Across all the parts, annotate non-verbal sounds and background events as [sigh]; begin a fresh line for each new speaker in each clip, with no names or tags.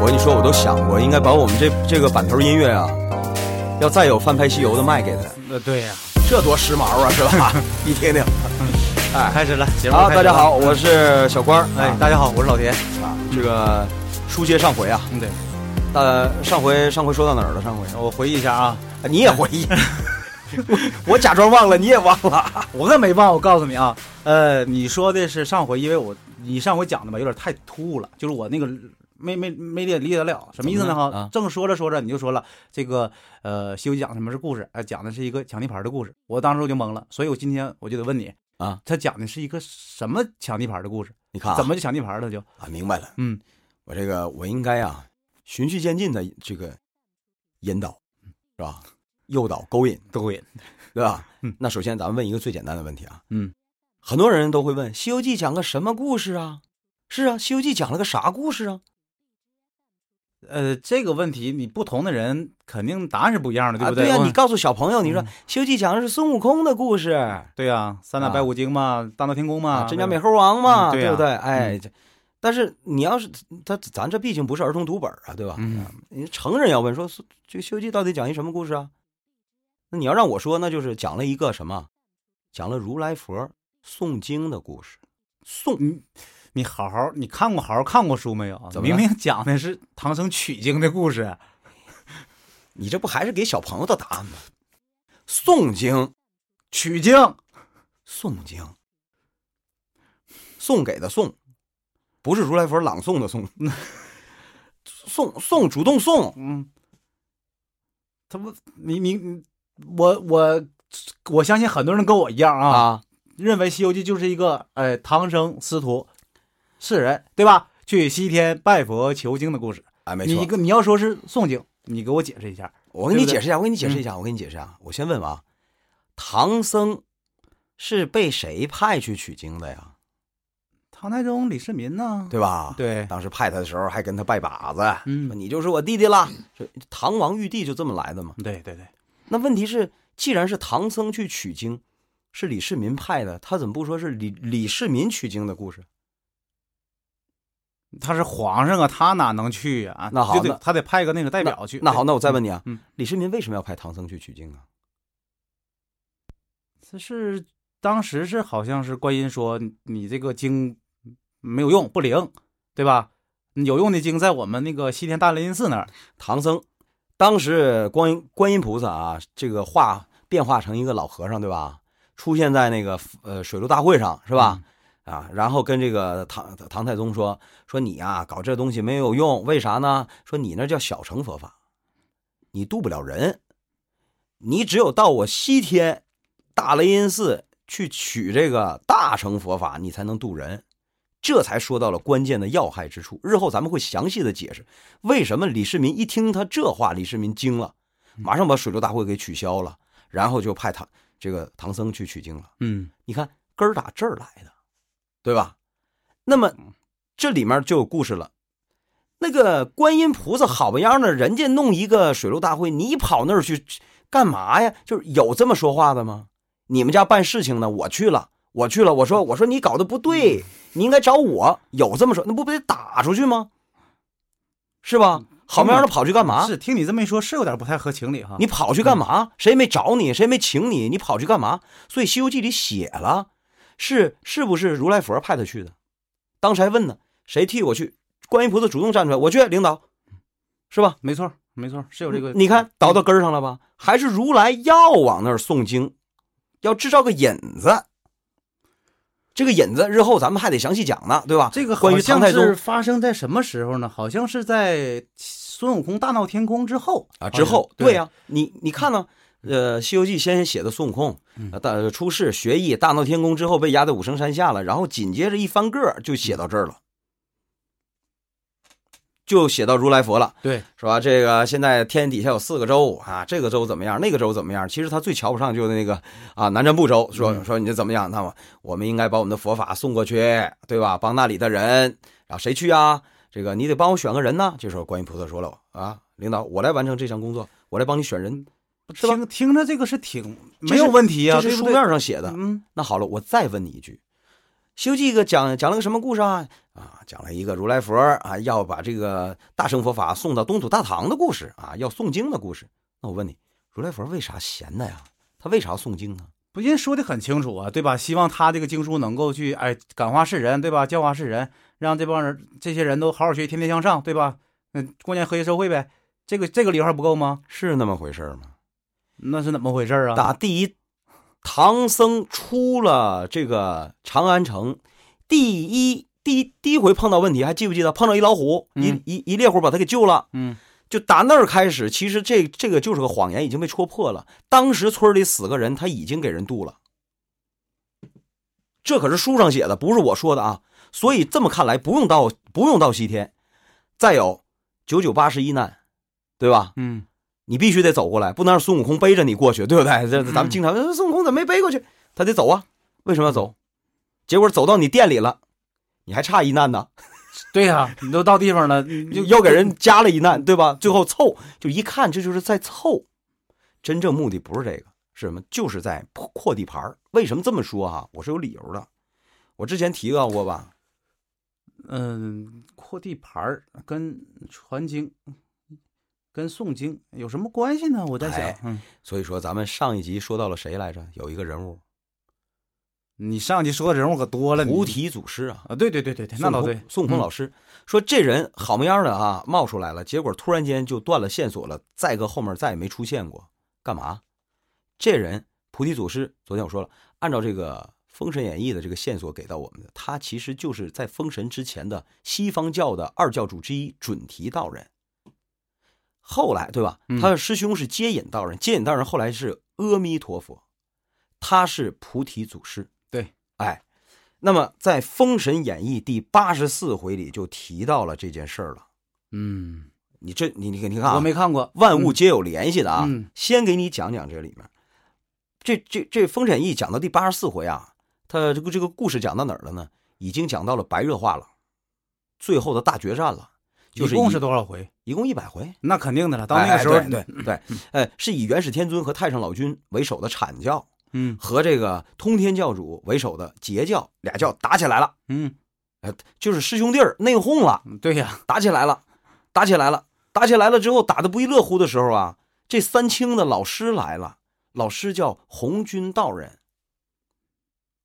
我跟你说，我都想过应该把我们这这个版头音乐啊，要再有翻拍西游的卖给他，
呃，对呀、
这多时髦啊，是 [laughs] 吧？一听听。
开始了，节目
好，
开始
大家
了
好，，我是小官儿。
哎
啊，
大家好，我是老田，
啊，这个书接上回啊，
嗯，对，
呃，上回上回说到哪儿了？上回
我回忆一下啊，
啊你也回 [laughs] 忆，我我假装忘了，你也忘了。
我可没忘，我告诉你啊，呃，你说的是上回，因为我你上回讲的吧，有点太突兀了，就是我那个没没没理理解得了，什么意思呢？
怎么
哈、
了啊
正说着说着，你就说了这个呃，《西游记》讲什么是故事？哎、讲的是一个抢地盘的故事，我当时我就懵了，所以我今天我就得问你
啊，
他讲的是一个什么抢地盘的故事？
[laughs] 你看啊，
怎么就抢地盘了就？
啊？明白了，
嗯，
我这个我应该啊，循序渐进的这个引导，是吧？诱导、勾引，
勾引，
对吧？
嗯
那首先咱们问一个最简单的问题啊，
嗯，
很多人都会问《西游记》讲个什么故事啊？是啊，《西游记》讲了个啥故事啊？
呃，这个问题你不同的人肯定答案是不一样的，对不
啊、对呀、
我
你告诉小朋友，你说《
嗯
西游记》讲的是孙悟空的故事啊，
对呀、三打
啊
白骨精嘛，大闹天宫嘛，
真假美猴王嘛，
嗯对呀
不对？哎，这但是你要是他，咱这毕竟不是儿童读本啊，对吧？
嗯
你成人要问说，这《西游记》到底讲一什么故事啊？那你要让我说，那就是讲了一个什么，讲了如来佛诵经的故事。
送你，你好好，你看过好好看过书没有？
怎么
明
了
明讲的是唐僧取经的故事，
你这不还是给小朋友的答案吗？诵经，
取经
诵经，送给的送，不是如来佛朗诵的诵，送送主动送，
嗯，他不，你你你我我我相信很多人跟我一样啊，
啊，
认为《西游记》就是一个呃唐僧师徒世人对吧？去西天拜佛求经的故事。
哎，没
你一
错。
个你要说是诵经，你给我解释一下。
我给你
对不嗯
解
对
释一下，我给你解释一下，我给你解释啊。我先问问啊，唐僧是被谁派去取经的呀？
唐太宗李世民呢？
对吧？。
对，
当时派他的时候还跟他拜把子，
嗯
说你就是我弟弟啦。这唐王玉帝就这么来的嘛。
对对对，
那问题是，既然是唐僧去取经，是李世民派的，他怎么不说是李李世民取经的故事？
他是皇上啊，他哪能去呀、啊？
那好
就得
那
他得派个那个代表去。
那好，那我再问你啊，
嗯
李世民为什么要派唐僧去取经啊？
这是当时是好像是观音说你你这个经没有用，不灵，对吧？有用的经在我们那个西天大雷音寺那儿。
唐僧当时观音观音菩萨啊，这个化变化成一个老和尚，对吧？出现在那个呃水陆大会上，是吧？啊，然后跟这个唐唐太宗说说你呀、搞这东西没有用，为啥呢？说你那叫小乘佛法，你渡不了人，你只有到我西天大雷音寺去取这个大乘佛法，你才能渡人。这才说到了关键的要害之处。日后咱们会详细的解释为什么李世民一听他这话，李世民惊了，马上把水陆大会给取消了，然后就派唐这个唐僧去取经了。
嗯，
你看根儿打这儿来的，对吧？那么这里面就有故事了。那个观音菩萨好不样的，人家弄一个水陆大会，你跑那儿去干嘛呀？就是有这么说话的吗？你们家办事情呢，我去了，我去了，我说我说你搞得不对，你应该找我。有这么说，那不被打出去吗？是吧？好不样的跑去干嘛？
是听你这么一说，是有点不太合情理哈。
啊你跑去干
嗯
嘛？谁没找你？谁没请你？你跑去干嘛？所以《西游记》里写了，是是不是如来佛派他去的？当时还问呢，谁替我去？观音菩萨主动站出来，我去，领导，是吧？
没错没错，是有这个。嗯
你看倒到根儿上了吧？还是如来要往那儿诵经，要制造个引子。这个引子日后咱们还得详细讲呢，对吧？
这个
关
好
于唐
像
太
是
宗
发生在什么时候呢？好像是在孙悟空大闹天宫之后哦
啊，之后对
对
呀、你你看呢？呃，《西游记》先写的孙悟空，呃大出世学艺，大闹天宫之后被压在五圣山下了，然后紧接着一翻个儿就写到这儿了，就写到如来佛了，
对，
是吧？这个现在天底下有四个州啊，这个州怎么样，那个州怎么样？其实他最瞧不上就是那个啊南瞻部州，说
嗯
说你这怎么样？那么我们应该把我们的佛法送过去，对吧？帮那里的人，然后谁去啊？这个你得帮我选个人呢。这时候观音菩萨说了啊，领导，我来完成这项工作，我来帮你选人，是吧
听听着这个是挺
这是
没有问题啊，
这
对
是
不
书
对
面上写的。
嗯
那好了，我再问你一句， 《西游记》个讲讲了个什么故事啊？啊，讲了一个如来佛啊要把这个大乘佛法送到东土大唐的故事啊，要诵经的故事。那我问你，如来佛为啥闲的呀？他为啥诵经呢？
不，人说的很清楚啊，对吧？希望他这个经书能够去，哎，感化世人，对吧？教化世人，让这帮人这些人都好好学习，天天向上，对吧？嗯，共建和谐社会呗。这个这个理由还不够吗？
是那么回事吗？
那是怎么回事啊？
打第一，唐僧出了这个长安城，第一第一第一回碰到问题，还记不记得？碰到一老虎，
嗯
一一一猎户把他给救了。
嗯，
就打那儿开始，其实这这个就是个谎言，已经被戳破了。当时村里死个人，他已经给人渡了，这可是书上写的，不是我说的啊。所以这么看来，不用到不用到西天。再有九九八十一难，对吧？
嗯，
你必须得走过来，不能让孙悟空背着你过去，对不对？这这咱们经常、呃孙悟空怎么没背过去？他得走啊，为什么要走？结果走到你店里了，你还差一难呢。
对呀、你都到地方了，你
就
就
要给人加了一难，对吧？最后凑，就一看这就是在凑，真正目的不是这个，是什么？就是在扩扩地盘儿为什么这么说啊？我是有理由的，我之前提到过吧？
嗯，扩地盘儿跟传经、跟诵经有什么关系呢？我在想，
哎
嗯，
所以说咱们上一集说到了谁来着？有一个人物，
你上去说的人物可多了，你
菩提祖师啊，
啊，对对对对对，那
孙悟
倒
空
对，
孙悟空
嗯
老师、说这人好模样的啊，冒出来了，结果突然间就断了线索了，再搁后面再也没出现过，干嘛？这人菩提祖师，昨天我说了，按照这个《封神演义》的这个线索给到我们的，他其实就是在封神之前的西方教的二教主之一准提道人。后来对吧？
嗯
他的师兄是接引道人，接引道人后来是阿弥陀佛，他是菩提祖师。
对，
哎，那么在《封神演义》第八十四回里就提到了这件事儿了。
嗯，
你这你你你看啊，
我没看过，
万物皆有联系的啊。
嗯
先给你讲讲这里面，这这这《封神演义》讲到第八十四回啊，它这个这个故事讲到哪儿了呢？已经讲到了白热化了，最后的大决战了，就是
一共
以
是多少回？
一共一百
[clears throat]
回。
那肯定的了，到那个时候，
哎对对对，呃，是以元始天尊和太上老君为首的阐教
嗯
和这个通天教主为首的截教俩教打起来了，
嗯，
呃，就是师兄弟儿内讧了。
对呀，
打起来了，打起来了，打起来了之后打得不亦乐乎的时候啊，这三清的老师来了，老师叫红军道人，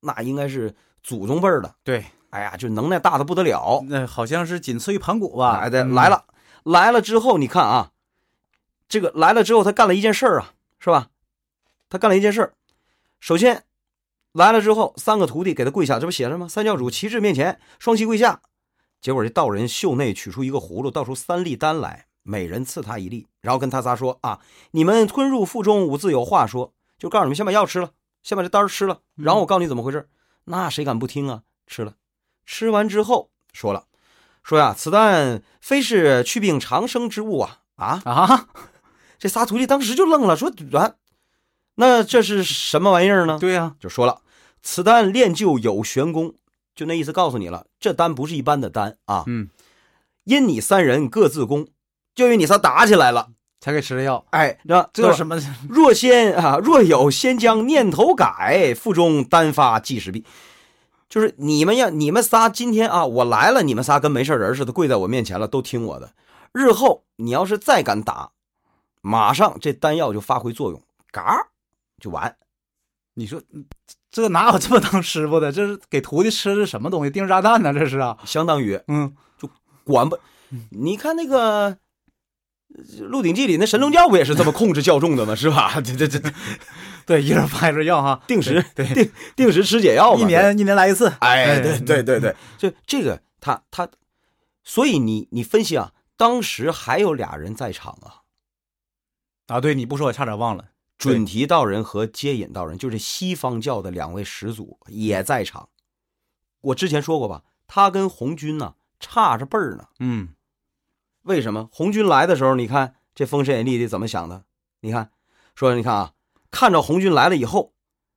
那应该是祖宗辈儿的，
对，
哎呀，就能耐大的不得了，
那好像是仅次于盘古吧？
哎对，
嗯
来，了，来了之后你看啊，这个来了之后他干了一件事儿啊，是吧？他干了一件事儿，首先来了之后，三个徒弟给他跪下，这不写着吗？三教主齐至面前，双膝跪下。结果这道人袖内取出一个葫芦，倒出三粒丹来，每人赐他一粒，然后跟他仨说啊，你们吞入腹中，吾自有话说，就告诉你们先把药吃了，先把这丹儿吃了，
嗯
然后我告诉你怎么回事儿。那谁敢不听啊？吃了，吃完之后说了，说呀、此丹非是去病长生之物啊啊！
啊，
这仨徒弟当时就愣了，说啊，那这是什么玩意儿呢？
对呀，
就说了，此丹炼就有玄功，就那意思告诉你了，这丹不是一般的丹啊。
嗯，
因你三人各自攻，就因为你仨打起来了。
才给吃的药，
哎，那
这有什么？
若先啊，若有先将念头改，腹中单发即时毙。就是你们要你们仨今天啊，我来了，你们仨跟没事人似的跪在我面前了，都听我的。日后你要是再敢打，马上这丹药就发挥作用，嘎儿就完。
你说这哪有这么当师傅的？这是给徒弟吃的什么东西？定时炸弹呢？这是啊？
相当于
嗯，
管不，你看那个呃《鹿鼎记》里那神龙教不也是这么控制教众的吗？是吧？ [laughs] 这这这这
对，一人发一轮药哈，
定时
对，对
定定时吃解药嘛，
一年一年来一次。
哎，
哎
对
嗯
对对对，这这个他他，所以你你分析啊，当时还有俩人在场啊，
啊，对，你不说我差点忘了。对
准提道人和接引道人，就是西方教的两位始祖也在场。我之前说过吧，他跟红军呢、差着辈儿呢。
嗯，
为什么？红军来的时候，你看这《封神演义》里怎么想的？你看，说你看啊，看着红军来了以后，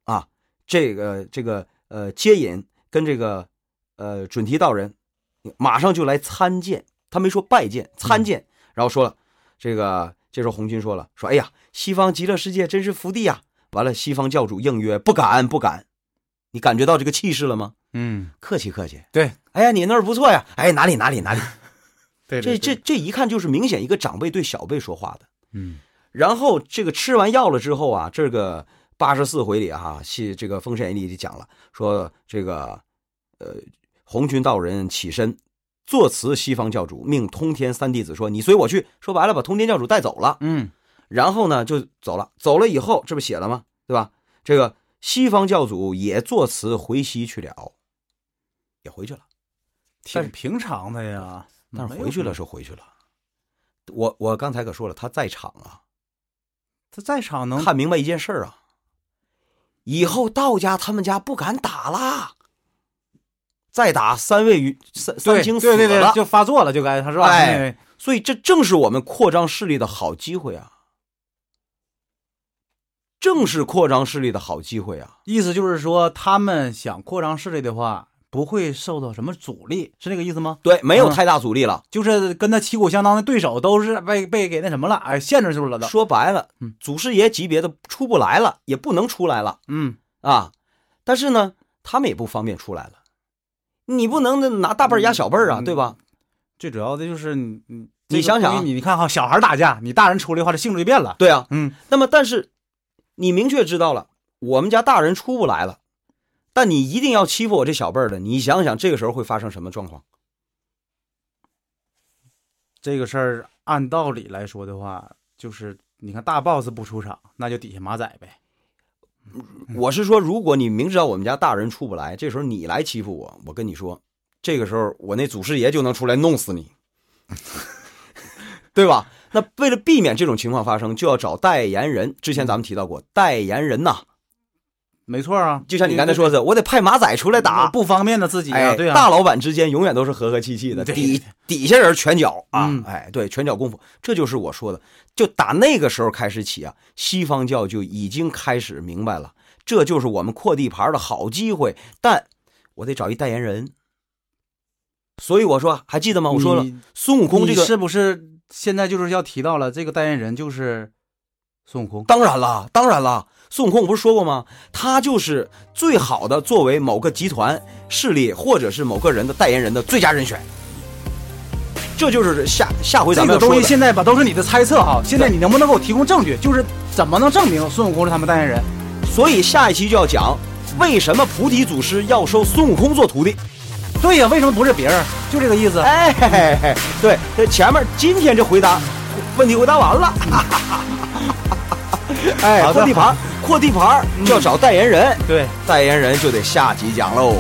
啊，这个这个呃接引跟这个呃准提道人，马上就来参见，他没说拜见，参见，然后说了这个，这时候红军说了，说啊哎呀，西方极乐世界真是福地呀、完了，西方教主应曰不敢不敢，你感觉到这个气势了吗？
嗯，
客气客气。
对，
哎呀，你那儿不错呀，哎，哪里哪里哪里，
对
这这，这一看就是明显一个长辈对小辈说话的。
嗯
然后这个吃完药了之后啊，这个八十四回里啊哈、戏这个《封神演义》里讲了，说这个呃，红军道人起身作辞西方教主，命通天三弟子说：“你随我去。”说白了，把通天教主带走了。
嗯
然后呢就走了。走了以后，这不写了吗？对吧？这个西方教主也作辞回西去了，也回去了，但
挺
是
平常的呀。
但是
嗯没有
回去
什
了
么，
是回去了。我我刚才可说了，他在场啊，
他在场能
看明白一件事儿啊，以后道家他们家不敢打啦，再打三位于三三
对
清死
对对对，
了，
就发作了，就该他是吧？
哎
对，
所以这正是我们扩张势力的好机会啊，正是扩张势力的好机会啊。
意思就是说，他们想扩张势力的话，不会受到什么阻力，是这个意思吗？
对，没有
嗯
太大阻力了。
就是跟他旗鼓相当的对手都是被被给那什么了，哎，限制住了都。
说白了
嗯，
祖师爷级别的出不来了，也不能出来了
嗯，
啊。但是呢，他们也不方便出来了。你不能拿大辈儿压小辈儿啊，
嗯
对吧？
最主要的就是你你
你
这个
想想啊
东西你你看哈，小孩打架，你大人出来的话，这性质就变了。
对啊。
嗯
那么，但是你明确知道了，我们家大人出不来了，但你一定要欺负我这小辈儿的，你想想这个时候会发生什么状况？
这个事儿按道理来说的话，就是你看大 boss 不出场，那就底下马仔呗。嗯
我是说，如果你明知道我们家大人出不来，这时候你来欺负我，我跟你说，这个时候我那祖师爷就能出来弄死
[laughs]
你，对吧？那为了避免这种情况发生，就要找代言人。之前咱们提到过，代言人呐、
没错啊，
就像你刚才说的，我得派马仔出来打。
不方便的自己啊，
哎，
对啊，
大老板之间永远都是和和气气的，
对
底底下人拳脚啊，
嗯
哎，对，拳脚功夫，这就是我说的。就打那个时候开始起啊，西方教就已经开始明白了，这就是我们扩地盘的好机会。但我得找一代言人，所以我说，还记得吗？我说了，
你
孙悟空这
你
个，
是不是现在就是要提到了这个代言人就是孙悟空？
当然了，当然了，孙悟空我不是说过吗？他就是最好的作为某个集团势力或者是某个人的代言人的最佳人选。这就是下下回咱
这
们
个
要说
东
的。
西现在吧都是你的猜测哈，现在你能不能给我提供证据？就是怎么能证明孙悟空是他们代言人？
所以下一期就要讲为什么菩提祖师要收孙悟空做徒弟。
对呀、为什么不是别人？就这个意思。
哎，嘿嘿嘿对，这前面今天这回答问题回答完
[laughs]
了，哎，
好的
扩地盘儿，扩地盘儿就要找代言人，
对。
代言人就得下集讲喽。